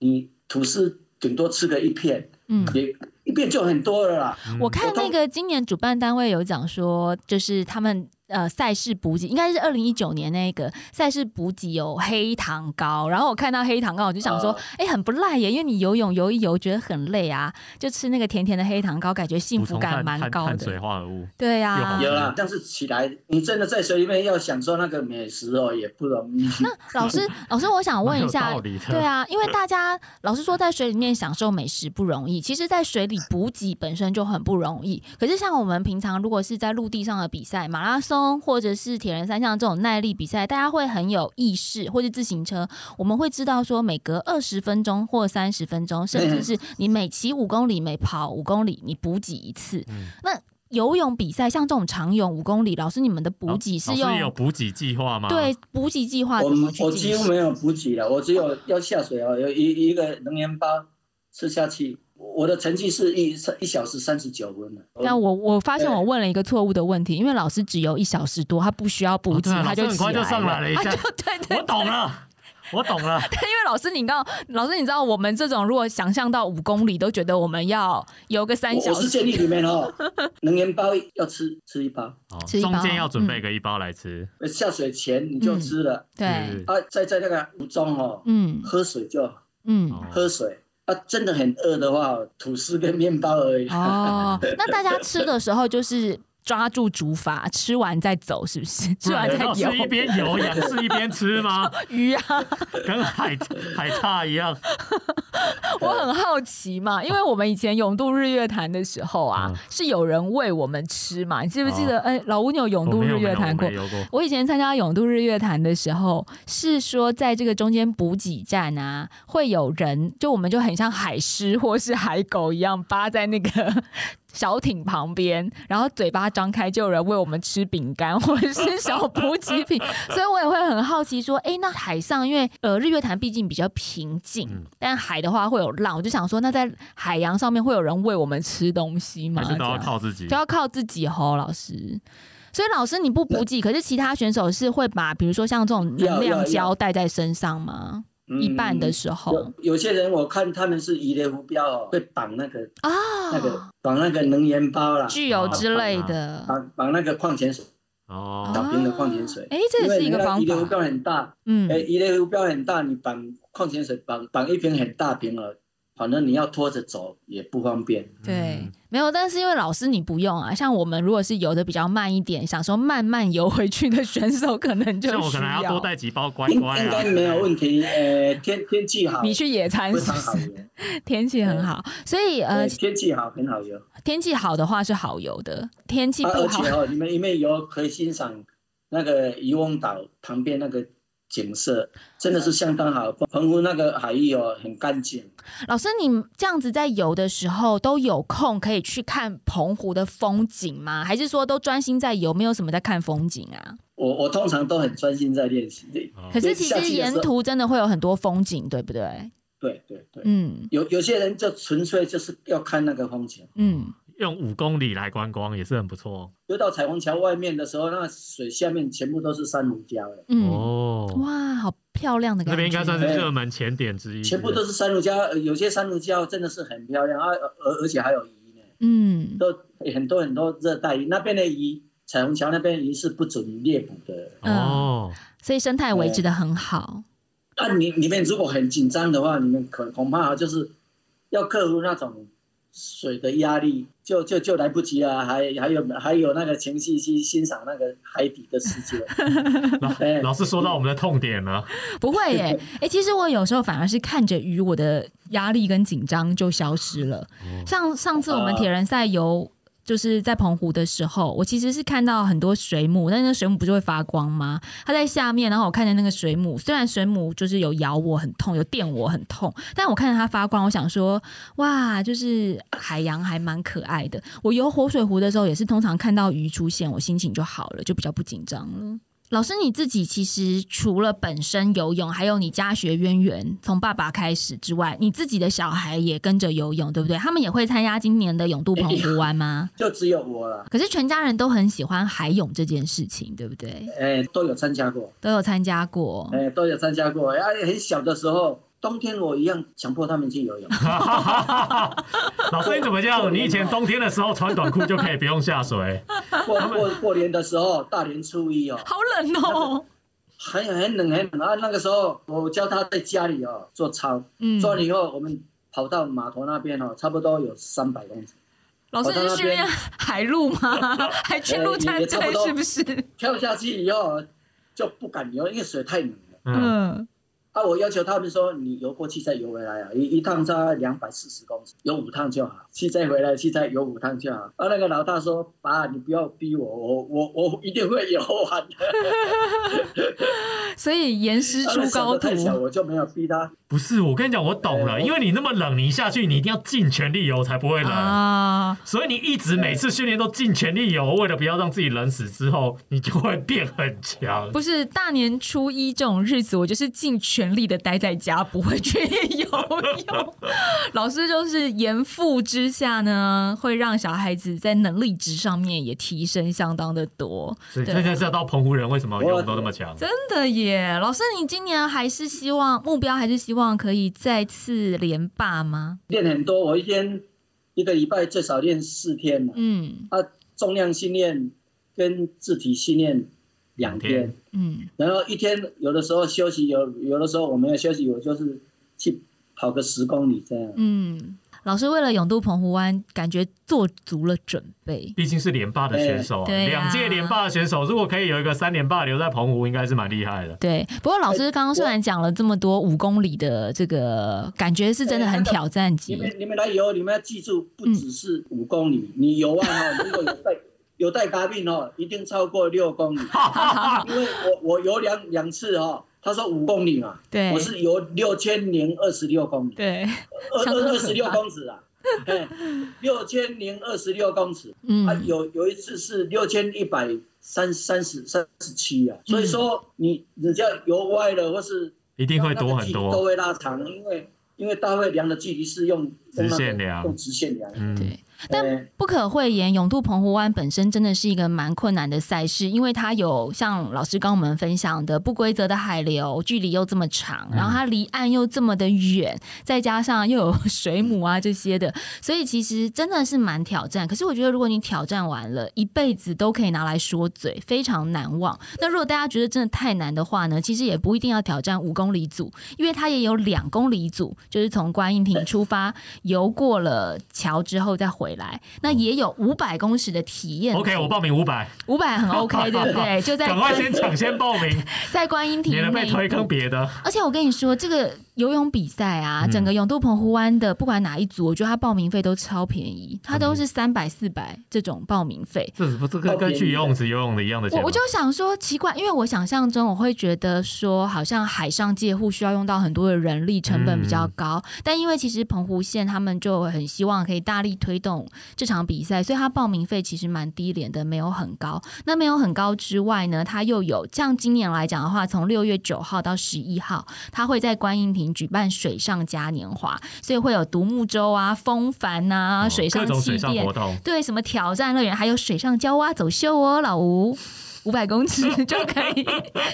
[SPEAKER 1] 你吐司顶多吃个一片，
[SPEAKER 2] 嗯。
[SPEAKER 1] 也一片就很多了啦。
[SPEAKER 3] 嗯
[SPEAKER 2] 我看那个今年主办单位有讲说，就是他们呃赛事补给，应该是二零一九年那个赛事补给有黑糖糕，然后我看到黑糖糕，我就想说
[SPEAKER 1] 啊，
[SPEAKER 2] 哎、很不赖耶，因为你游泳游一游觉得很累啊，就吃那个甜甜的黑糖糕，感觉幸
[SPEAKER 3] 补
[SPEAKER 2] 福
[SPEAKER 3] 充
[SPEAKER 2] 感
[SPEAKER 3] 碳
[SPEAKER 2] 蛮
[SPEAKER 3] 碳
[SPEAKER 2] 高
[SPEAKER 3] 碳水
[SPEAKER 2] 的。
[SPEAKER 3] 化合物，
[SPEAKER 2] 对啊呀、
[SPEAKER 3] 又好
[SPEAKER 1] 有啦，但是起来你真的在水里面要享受那个美食哦，也不容易。
[SPEAKER 2] 老 师，老师，我想问一
[SPEAKER 3] 蛮
[SPEAKER 2] 下
[SPEAKER 3] 有道，理的
[SPEAKER 2] 对，啊，因为大家老实说，在水里面享受美食不容易，其实，在水里补给本身就很不容易。可是，像我们平常如果是在陆地上的比赛，马拉松或者是铁人三项这种耐力比赛，大家会很有意识，或是自行车，我们会知道说，每隔二十分钟或三十分钟，甚至
[SPEAKER 3] 嗯
[SPEAKER 2] 是你每骑五公里、每跑五公里，你补给一次。
[SPEAKER 3] 嗯
[SPEAKER 2] 那游泳比赛像这种长泳五公里，老师你们的补给是
[SPEAKER 3] 老
[SPEAKER 2] 用
[SPEAKER 3] 师有补给计划吗？
[SPEAKER 2] 对补给计划
[SPEAKER 1] 我
[SPEAKER 2] 怎么去
[SPEAKER 1] 我
[SPEAKER 2] 进
[SPEAKER 1] 几
[SPEAKER 2] 行
[SPEAKER 1] 乎？没有补给了，我只有要下水哦，有一一个能源包吃下去。我的成绩是一一小时三十九分了。
[SPEAKER 2] 那我我发现
[SPEAKER 1] 对
[SPEAKER 2] 我问了一个错误的问题，因为老师只游一小时多，他不需要补
[SPEAKER 3] 哦
[SPEAKER 2] 给，
[SPEAKER 3] 对啊
[SPEAKER 2] 他
[SPEAKER 3] 老师
[SPEAKER 2] 就
[SPEAKER 3] 很
[SPEAKER 2] 起
[SPEAKER 3] 快就上来了一
[SPEAKER 2] 了。
[SPEAKER 3] 下
[SPEAKER 2] 啊就对对，
[SPEAKER 3] 我懂了，我懂了，
[SPEAKER 2] 对因为老师你知道，老师你知道我们这种如果想象到五公里，都觉得我们要游个三
[SPEAKER 1] 我
[SPEAKER 2] 小
[SPEAKER 1] 我是
[SPEAKER 2] 时。
[SPEAKER 1] 建议你们哦， 能源包要吃吃一包，
[SPEAKER 3] 哦
[SPEAKER 2] 吃一包
[SPEAKER 3] 中间要准备个一包来吃，
[SPEAKER 1] 呃下水前你就吃了、
[SPEAKER 2] 对，
[SPEAKER 3] 是，
[SPEAKER 1] 啊，在在那个途中哦，
[SPEAKER 2] 嗯
[SPEAKER 1] 喝水就好
[SPEAKER 2] 嗯。
[SPEAKER 3] 哦
[SPEAKER 1] 喝水啊，真的很饿的话，吐司跟面包而已。
[SPEAKER 2] 哦，那大家吃的时候就是抓住竹筏，吃完再走，是不是？吃完再
[SPEAKER 3] 难道
[SPEAKER 2] 游
[SPEAKER 3] 是一边游仰是一边 吃吗？
[SPEAKER 2] 鱼啊。
[SPEAKER 3] 跟海海獭一 样，
[SPEAKER 2] 我很好奇嘛，因为我们以前永渡日月潭的时候啊，
[SPEAKER 3] 嗯
[SPEAKER 2] 是有人喂我们吃嘛，你记不记得？哎、老吴，你有永
[SPEAKER 3] 我
[SPEAKER 2] 渡
[SPEAKER 3] 哦没有
[SPEAKER 2] 日月潭过
[SPEAKER 3] 没？有我没游过，
[SPEAKER 2] 我以前参加永渡日月潭的时候，是说在这个中间补给站啊，会有人，就我们就很像海狮或是海狗一样扒在那个 小艇旁边，然后嘴巴张开，就有人喂我们吃饼干 或者是小补给品，所以我也会很好奇说，哎，那海上因为呃日月潭毕竟比较平静，
[SPEAKER 3] 嗯
[SPEAKER 2] 但海的话会有浪，我就想说，那在海洋上面会有人喂我们吃东西吗？
[SPEAKER 3] 还是都
[SPEAKER 2] 这
[SPEAKER 3] 要
[SPEAKER 2] 样
[SPEAKER 3] 靠自己
[SPEAKER 2] 就。要靠自己吼，老师。所以老师你不补给，可是其他选手是会把，比如说像这种能
[SPEAKER 1] 要要
[SPEAKER 2] 量
[SPEAKER 1] 要
[SPEAKER 2] 胶带在身上吗？
[SPEAKER 1] 嗯
[SPEAKER 2] 一半的时候
[SPEAKER 1] 有有些人我看他们是以雷浮标哦，会绑那个
[SPEAKER 2] 啊，
[SPEAKER 1] 那个绑那个能源包啦，
[SPEAKER 2] 具有之类的啊
[SPEAKER 1] 绑绑那个矿泉水，
[SPEAKER 3] 哦，
[SPEAKER 1] 小瓶的矿泉水
[SPEAKER 2] 哎，诶这
[SPEAKER 1] 因
[SPEAKER 2] 也
[SPEAKER 1] 为
[SPEAKER 2] 是一个
[SPEAKER 1] 人家
[SPEAKER 2] 方
[SPEAKER 1] 一流
[SPEAKER 2] 法。
[SPEAKER 1] 标很大，
[SPEAKER 2] 嗯
[SPEAKER 1] 哎、，一类浮标很大，你绑矿泉水绑绑一瓶很大瓶了，反正你要拖着走也不方便。
[SPEAKER 2] 对
[SPEAKER 3] 嗯，
[SPEAKER 2] 没有，但是因为老师你不用啊，像我们如果是游的比较慢一点，想说慢慢游回去的选手，可能就
[SPEAKER 3] 像我
[SPEAKER 2] 需
[SPEAKER 3] 可能还要多带几包乖
[SPEAKER 1] 应
[SPEAKER 3] 乖
[SPEAKER 1] 应
[SPEAKER 3] 啊
[SPEAKER 1] 该，没有问题。呃，天天气好，
[SPEAKER 2] 你去野餐
[SPEAKER 1] 非
[SPEAKER 2] 是
[SPEAKER 1] 常
[SPEAKER 2] 不
[SPEAKER 1] 好
[SPEAKER 2] 是？
[SPEAKER 1] 游。
[SPEAKER 2] 天气很好，所以呃
[SPEAKER 1] 呃，，天气好很好游。
[SPEAKER 2] 天气好的话是好游的，天气
[SPEAKER 1] 啊，
[SPEAKER 2] 不
[SPEAKER 1] 而
[SPEAKER 2] 好
[SPEAKER 1] 且哦，你们因为游可以欣赏那个渔翁岛旁边那个景色，真的是相当好。澎湖那个海域哦，很干净。
[SPEAKER 2] 老师，你这样子在游的时候都有空可以去看澎湖的风景吗？还是说都专心在游，没有什么在看风景啊？
[SPEAKER 1] 我我通常都很专心在练习。对
[SPEAKER 3] 哦
[SPEAKER 2] 可是其
[SPEAKER 1] 下
[SPEAKER 2] 实
[SPEAKER 1] 去的时
[SPEAKER 2] 沿
[SPEAKER 1] 候
[SPEAKER 2] 途真的会有很多风景，对不对？
[SPEAKER 1] 对对对，
[SPEAKER 2] 嗯
[SPEAKER 1] 有有些人就纯粹就是要看那个风景。
[SPEAKER 2] 嗯，
[SPEAKER 3] 用五公里来观光也是很不错
[SPEAKER 1] 游到彩虹桥外面的时候，那水下面全部都是珊瑚礁了，
[SPEAKER 2] 嗯
[SPEAKER 3] 哦。
[SPEAKER 2] 哇，好漂亮的感觉。
[SPEAKER 3] 那边应该算是热门前点之一，
[SPEAKER 1] 全部都是珊瑚礁，呃有些珊瑚礁真的是很漂亮啊，呃而而且还有鱼呢，
[SPEAKER 2] 嗯
[SPEAKER 1] 都很多很多热带鱼，那边的鱼，彩虹桥那边的鱼是不准猎捕的。
[SPEAKER 2] 嗯
[SPEAKER 3] 哦，
[SPEAKER 2] 所以生态维持的很好。
[SPEAKER 1] 啊，你你们如果很紧张的话，你们可恐怕就是要克服那种水的压力，就就就来不及了，还还有还有那个情绪去欣赏那个海底的世界。哎
[SPEAKER 3] 老师说到我们的痛点了，
[SPEAKER 2] 不会耶、哎、其实我有时候反而是看着鱼，我的压力跟紧张就消失了。像上次我们铁人赛游。就是在澎湖的时候，我其实是看到很多水母，但是那水母不就会发光吗？它在下面，然后我看着那个水母，虽然水母就是有咬我很痛，有电我很痛，但我看着它发光，我想说，哇，就是海洋还蛮可爱的。我游活水湖的时候，也是通常看到鱼出现，我心情就好了，就比较不紧张了。老师你自己其实除了本身游泳，还有你家学渊源，从爸爸开始之外，你自己的小孩也跟着游泳，对不对？他们也会参加今年的泳渡澎湖湾吗？
[SPEAKER 1] 就只有我啊了，
[SPEAKER 2] 可是全家人都很喜欢海泳这件事情，对不对？
[SPEAKER 1] 哎、都有参加过，
[SPEAKER 2] 都有参加过。
[SPEAKER 1] 哎、都有参加过。哎、很小的时候，冬天我一样强迫他们去游泳。
[SPEAKER 3] 老师你怎么这样？你以前冬天的时候穿短裤就可以不用下水，
[SPEAKER 1] 过过过年的时候，大年初一哦，
[SPEAKER 2] 好冷哦，
[SPEAKER 1] 很很冷很冷啊。那个时候我教他在家里哦做操，
[SPEAKER 2] 嗯，
[SPEAKER 1] 做完以后我们跑到码头那边哦，差不多有三百公尺，
[SPEAKER 2] 老师你是训练海陆吗？ 海军陆战
[SPEAKER 1] 哎也差不
[SPEAKER 2] 队
[SPEAKER 1] 多嗯
[SPEAKER 2] 是不是？
[SPEAKER 1] 跳下去以后就不敢游，因为水太冷了。
[SPEAKER 3] 嗯，
[SPEAKER 2] 嗯，
[SPEAKER 1] 啊，我要求他们说，你游过去再游回来啊，一一趟差两百四十公尺，游五趟就好，去再回来，去再游五趟就好。啊，那个老大说，爸，你不要逼我，我我我一定会游完的。
[SPEAKER 2] 所以严师
[SPEAKER 1] 啊那
[SPEAKER 2] 出
[SPEAKER 1] 小
[SPEAKER 2] 高
[SPEAKER 1] 的太小，
[SPEAKER 2] 徒。
[SPEAKER 1] 我就没有逼他。
[SPEAKER 3] 不是，我跟你讲，我懂了，
[SPEAKER 1] 哎
[SPEAKER 3] 因为你那么冷，你一下去你一定要尽全力游才不
[SPEAKER 1] 嗯
[SPEAKER 3] 会冷。
[SPEAKER 2] 啊，
[SPEAKER 3] 所以你一直每次训练都尽全力游，为了不要让自己冷死之后，你就会变很强。
[SPEAKER 2] 不是大年初一这种日子，我就是尽全力的待在家，不会去游泳。老师就是严父之下呢，会让小孩子在能力值上面也提升相当的多。
[SPEAKER 3] 所以
[SPEAKER 2] 对
[SPEAKER 3] 这才知道澎湖人为什么游泳都那么强。啊
[SPEAKER 2] 真的耶，老师，你今年还是希望目标还是希望可以再次连霸吗？
[SPEAKER 1] 练很多，我一天一个礼拜最少练四天嘛，
[SPEAKER 2] 嗯
[SPEAKER 1] 啊，重量训练跟自体训练两
[SPEAKER 3] 两
[SPEAKER 1] 天，
[SPEAKER 2] 嗯
[SPEAKER 1] 然后一天有的时候休息，有有的时候我没有休息，我就是去跑个十公里这样。
[SPEAKER 2] 嗯，老师为了勇渡澎湖湾，感觉做足了准备。
[SPEAKER 3] 毕竟是连霸的选手啊，
[SPEAKER 2] 对对啊
[SPEAKER 3] 两届连霸的选手，如果可以有一个三连霸留在澎湖，应该是蛮厉害的。
[SPEAKER 2] 对，不过老师刚刚虽然讲了这么多五公里的这个感觉，是真的很挑战
[SPEAKER 1] 你
[SPEAKER 2] 级。
[SPEAKER 1] 们你们来游，你们要记住，不只是五公
[SPEAKER 2] 嗯
[SPEAKER 1] 里，你游完哦，如果有带 有带嘎病哦，一定超过六公 里，因为我我游两两次哦，他说五公里嘛，
[SPEAKER 2] 对
[SPEAKER 1] 我是游六千零二十六公里，
[SPEAKER 2] 对，
[SPEAKER 1] 二
[SPEAKER 2] 相当可怕
[SPEAKER 1] 二二十六公尺啊，六千零二十六公尺，啊，
[SPEAKER 2] 嗯，
[SPEAKER 1] 有有一次是六千一百三三十三十七
[SPEAKER 3] 嗯
[SPEAKER 1] 啊，所以说你你只要游歪了或是
[SPEAKER 3] 一定会多很
[SPEAKER 1] 那个距离都
[SPEAKER 3] 多。
[SPEAKER 1] 会拉长，因为因为大会量的距离是用
[SPEAKER 3] 直线量
[SPEAKER 1] 用直线量。呃
[SPEAKER 3] 嗯，
[SPEAKER 2] 对。但
[SPEAKER 1] 哎
[SPEAKER 2] 不可讳言，泳渡澎湖湾本身真的是一个蛮困难的赛事，因为它有像老师刚我们分享的不规则的海流，距离又这么长，然后它离岸又这么的远，再加上又有 水母啊这些的，所以其实真的是蛮挑战。可是我觉得，如果你挑战完了，一辈子都可以拿来说嘴，非常难忘。那如果大家觉得真的太难的话呢，其实也不一定要挑战五公里组，因为它也有两公里组，就是从观音亭出发， 游过了桥之后再回来。那也有五百公尺的体验组
[SPEAKER 3] OK，我报名五百，
[SPEAKER 2] 五百 很 OK，对不对？就在
[SPEAKER 3] 哦赶快先抢先报 名，
[SPEAKER 2] 在观音
[SPEAKER 3] 免
[SPEAKER 2] 亭
[SPEAKER 3] 得被
[SPEAKER 2] 内
[SPEAKER 3] 推坑
[SPEAKER 2] 部。
[SPEAKER 3] 别的。
[SPEAKER 2] 而且我跟你说，这个游泳比赛啊，
[SPEAKER 3] 嗯
[SPEAKER 2] 整个泳渡澎湖湾的不管哪一组，我觉得它报名费都超便宜，它都是三百、四百这种报名费。
[SPEAKER 3] 这是不这跟
[SPEAKER 1] 报
[SPEAKER 3] 跟
[SPEAKER 1] 名
[SPEAKER 3] 去游泳池游泳的一样的钱
[SPEAKER 2] 我
[SPEAKER 3] 吗？
[SPEAKER 2] 我就想说奇怪，因为我想象中我会觉得说，好像海上界护需要用到很多的人力，成本比较
[SPEAKER 3] 嗯
[SPEAKER 2] 高。但因为其实澎湖县他们就很希望可以大力推动这场比赛，所以它报名费其实蛮低廉的，没有很高。那没有很高之外呢，它又有像今年来讲的话，从六月九号到十一号，它会在观音亭举办水上嘉年华，所以会有独木舟啊、风帆啊、
[SPEAKER 3] 哦
[SPEAKER 2] 水上
[SPEAKER 3] 各种
[SPEAKER 2] 气
[SPEAKER 3] 水上
[SPEAKER 2] 垫
[SPEAKER 3] 活动，嗯
[SPEAKER 2] 对，什么挑战乐园，还有水上浇蛙走秀哦，老吴。五百公尺 就可以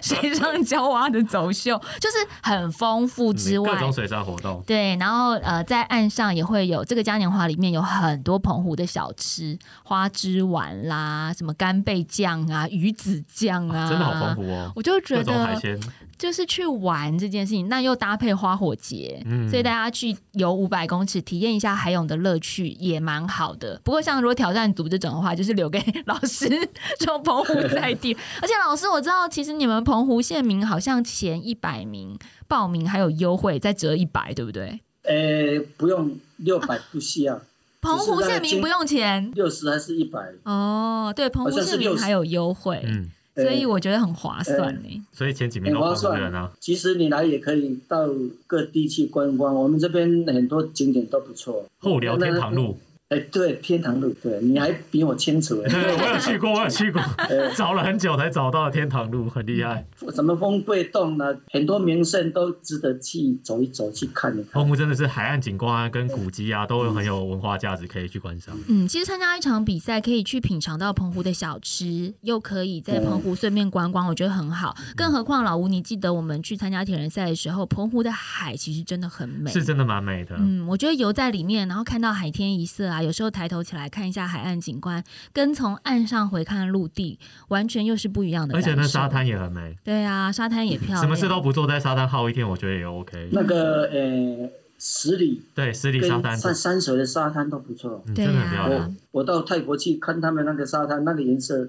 [SPEAKER 2] 水上浇蛙的走秀，就是很丰富之
[SPEAKER 3] 嗯各
[SPEAKER 2] 外
[SPEAKER 3] 种，水上活动。
[SPEAKER 2] 对，然后呃，在岸上也会有这个嘉年华里面有很多澎湖的小吃，花枝丸啦，什么干贝酱啊、鱼子酱啊，
[SPEAKER 3] 真的好丰。富哦，
[SPEAKER 2] 我就
[SPEAKER 3] 各
[SPEAKER 2] 觉
[SPEAKER 3] 种海
[SPEAKER 2] 得
[SPEAKER 3] 鲜。
[SPEAKER 2] 就是去玩这件事情，那又搭配花火节，
[SPEAKER 3] 嗯
[SPEAKER 2] 所以大家去游五百公尺，体验一下海泳的乐趣也蛮好的。不过像如果挑战组这种的话，就是留给老师 这种澎湖在地。而且老师，我知道其实你们澎湖县民好像前一百名报名还有优惠，再折一百，对不对？
[SPEAKER 1] 呃，不用六百 不需要，
[SPEAKER 2] 澎湖
[SPEAKER 1] 只是
[SPEAKER 2] 县
[SPEAKER 1] 在
[SPEAKER 2] 民
[SPEAKER 1] 金
[SPEAKER 2] 不用钱
[SPEAKER 1] 六十还是一百？
[SPEAKER 2] 哦，对，澎湖县民还有优惠，
[SPEAKER 3] 嗯，
[SPEAKER 2] 所以我觉得很划算欸呢。
[SPEAKER 3] 所以前几名
[SPEAKER 1] 很
[SPEAKER 3] 都
[SPEAKER 1] 划
[SPEAKER 3] 澎湖人
[SPEAKER 1] 算
[SPEAKER 3] 啊。。
[SPEAKER 1] 其实你来也可以到各地去观光，我们这边很多景点都不错。
[SPEAKER 3] 后寮天堂路，
[SPEAKER 1] 哎哎，对，天堂路，对，你还比我清楚哎。
[SPEAKER 3] 对，我有去过，我有去 过，找了很久才找到天堂路，很厉害。
[SPEAKER 1] 什么风柜洞呢、很多名胜都值得去走一走，去看一看。
[SPEAKER 3] 澎湖真的是海岸景观啊，跟古迹啊，都有很有文化价值，可以去观赏。
[SPEAKER 2] 嗯，其实参加一场比赛，可以去品尝到澎湖的小吃，又可以在澎湖顺便观光，我觉得很好。
[SPEAKER 3] 嗯
[SPEAKER 2] 更何况老吴，你记得我们去参加铁人赛的时候，澎湖的海其实真的很美。
[SPEAKER 3] 是真的蛮美的。
[SPEAKER 2] 嗯，我觉得游在里面，然后看到海天一色啊，有时候抬头起来看一下海岸景观，跟从岸上回看陆地，完全又是不一样的
[SPEAKER 3] 而
[SPEAKER 2] 感受。
[SPEAKER 3] 且那沙，滩也很美，
[SPEAKER 2] 对啊，沙滩也漂亮。嗯
[SPEAKER 3] 什么事都不做，在沙滩耗一天，我觉得也 OK。
[SPEAKER 1] 那个呃，十里
[SPEAKER 3] 对，十里
[SPEAKER 1] 跟
[SPEAKER 3] 沙滩，
[SPEAKER 1] 山山水的沙滩都不错。
[SPEAKER 3] 嗯，
[SPEAKER 2] 对
[SPEAKER 3] 真的很
[SPEAKER 2] 啊
[SPEAKER 3] 漂
[SPEAKER 2] 嗯
[SPEAKER 3] 亮
[SPEAKER 1] 我，我到泰国去看他们那个沙滩，那个颜色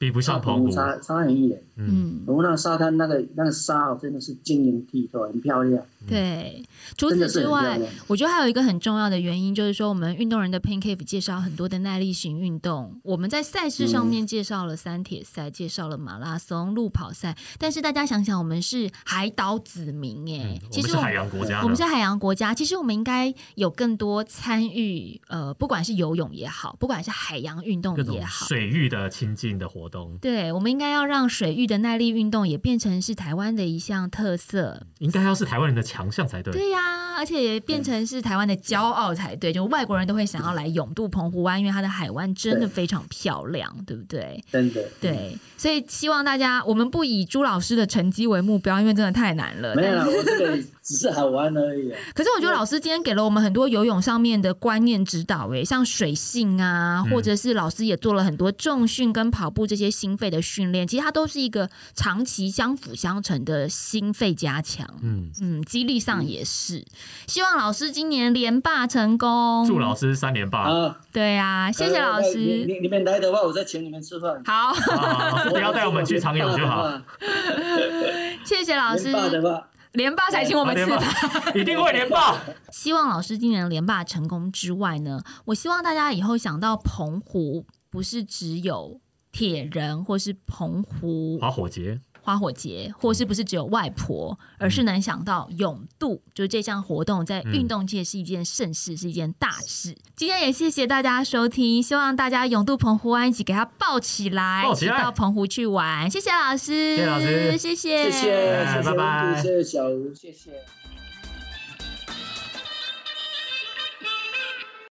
[SPEAKER 3] 比不上澎湖。
[SPEAKER 1] 差差很远。
[SPEAKER 3] 嗯，
[SPEAKER 2] 嗯，
[SPEAKER 1] 我们那个沙滩那个那个沙哦，真的是晶莹剔透，很漂亮。
[SPEAKER 3] 嗯
[SPEAKER 2] 对。除
[SPEAKER 1] 真的
[SPEAKER 2] 此
[SPEAKER 1] 是
[SPEAKER 2] 之
[SPEAKER 1] 很漂
[SPEAKER 2] 外
[SPEAKER 1] 亮，
[SPEAKER 2] 我觉得还有一个很重要的原因，就是说我们运动人的 Pain Cave 介绍很多的耐力型运动，我们在赛事上面介绍了三铁赛，介绍了马拉松、路跑赛，但是大家想想，我们是海岛子民哎、
[SPEAKER 3] 嗯我
[SPEAKER 2] 其
[SPEAKER 3] 们
[SPEAKER 2] 实
[SPEAKER 3] 是海洋国家
[SPEAKER 2] 我们是
[SPEAKER 3] 的，
[SPEAKER 2] 海洋国家，其实我们应该有更多参与，呃，不管是游泳也好，不管是海洋运动
[SPEAKER 3] 各种
[SPEAKER 2] 也好，
[SPEAKER 3] 水域的亲近的活动，
[SPEAKER 2] 对，我们应该要让水域的耐力运动也变成是台湾的一项特色。
[SPEAKER 3] 应该要是台湾人的强项才对。嗯
[SPEAKER 2] 对呀、而且也变成是台湾的骄傲才对，就外国人都会想要来永渡澎湖湾，因为它的海湾真的非常漂亮，对不对？
[SPEAKER 1] 真的。
[SPEAKER 2] 对，所以希望大家，我们不以朱老师的成绩为目标，因为真的太难了。
[SPEAKER 1] 没
[SPEAKER 2] 但
[SPEAKER 1] 有啦，我这个只是好玩而已啊。
[SPEAKER 2] 可是我觉得老师今天给了我们很多游泳上面的观念指导、诶，像水性啊，
[SPEAKER 3] 嗯
[SPEAKER 2] 或者是老师也做了很多重训跟跑步这些心肺的训练，其实它都是一个长期相辅相成的心肺加强。
[SPEAKER 3] 嗯，
[SPEAKER 2] 嗯，激励上也是，希望老师今年连霸成功。
[SPEAKER 3] 祝老师三连霸。啊
[SPEAKER 1] 啊，
[SPEAKER 2] 对啊，谢谢老
[SPEAKER 1] 呃你
[SPEAKER 2] 师。
[SPEAKER 1] 你你们来的话，我再请你们吃饭。
[SPEAKER 2] 好，
[SPEAKER 3] 老啊 师不要带我们去长泳 就好，
[SPEAKER 1] 啊。
[SPEAKER 2] 谢谢老师
[SPEAKER 1] 年。爸的话，
[SPEAKER 2] 连霸才请我们吃
[SPEAKER 3] 连
[SPEAKER 2] 饭。
[SPEAKER 3] 霸，一定会连 霸。
[SPEAKER 2] 希望老师今年连霸成功之外呢，我希望大家以后想到澎湖，不是只有铁人或是澎湖
[SPEAKER 3] 滑火节，
[SPEAKER 2] 花火节，或
[SPEAKER 3] 嗯
[SPEAKER 2] 是不是只有外婆，而是能想到永渡，就是这项活动在
[SPEAKER 3] 嗯
[SPEAKER 2] 运动界是一件盛事，是一件大事。今天也谢谢大家收听，希望大家永渡澎湖湾一起给它抱起来，
[SPEAKER 3] 抱起来
[SPEAKER 2] 一起到澎湖去玩。谢谢老师，
[SPEAKER 3] 谢谢老师
[SPEAKER 2] 谢
[SPEAKER 1] 谢谢
[SPEAKER 2] 谢，
[SPEAKER 1] 谢谢
[SPEAKER 3] 哎拜拜
[SPEAKER 1] 温度谢谢小吴，谢谢。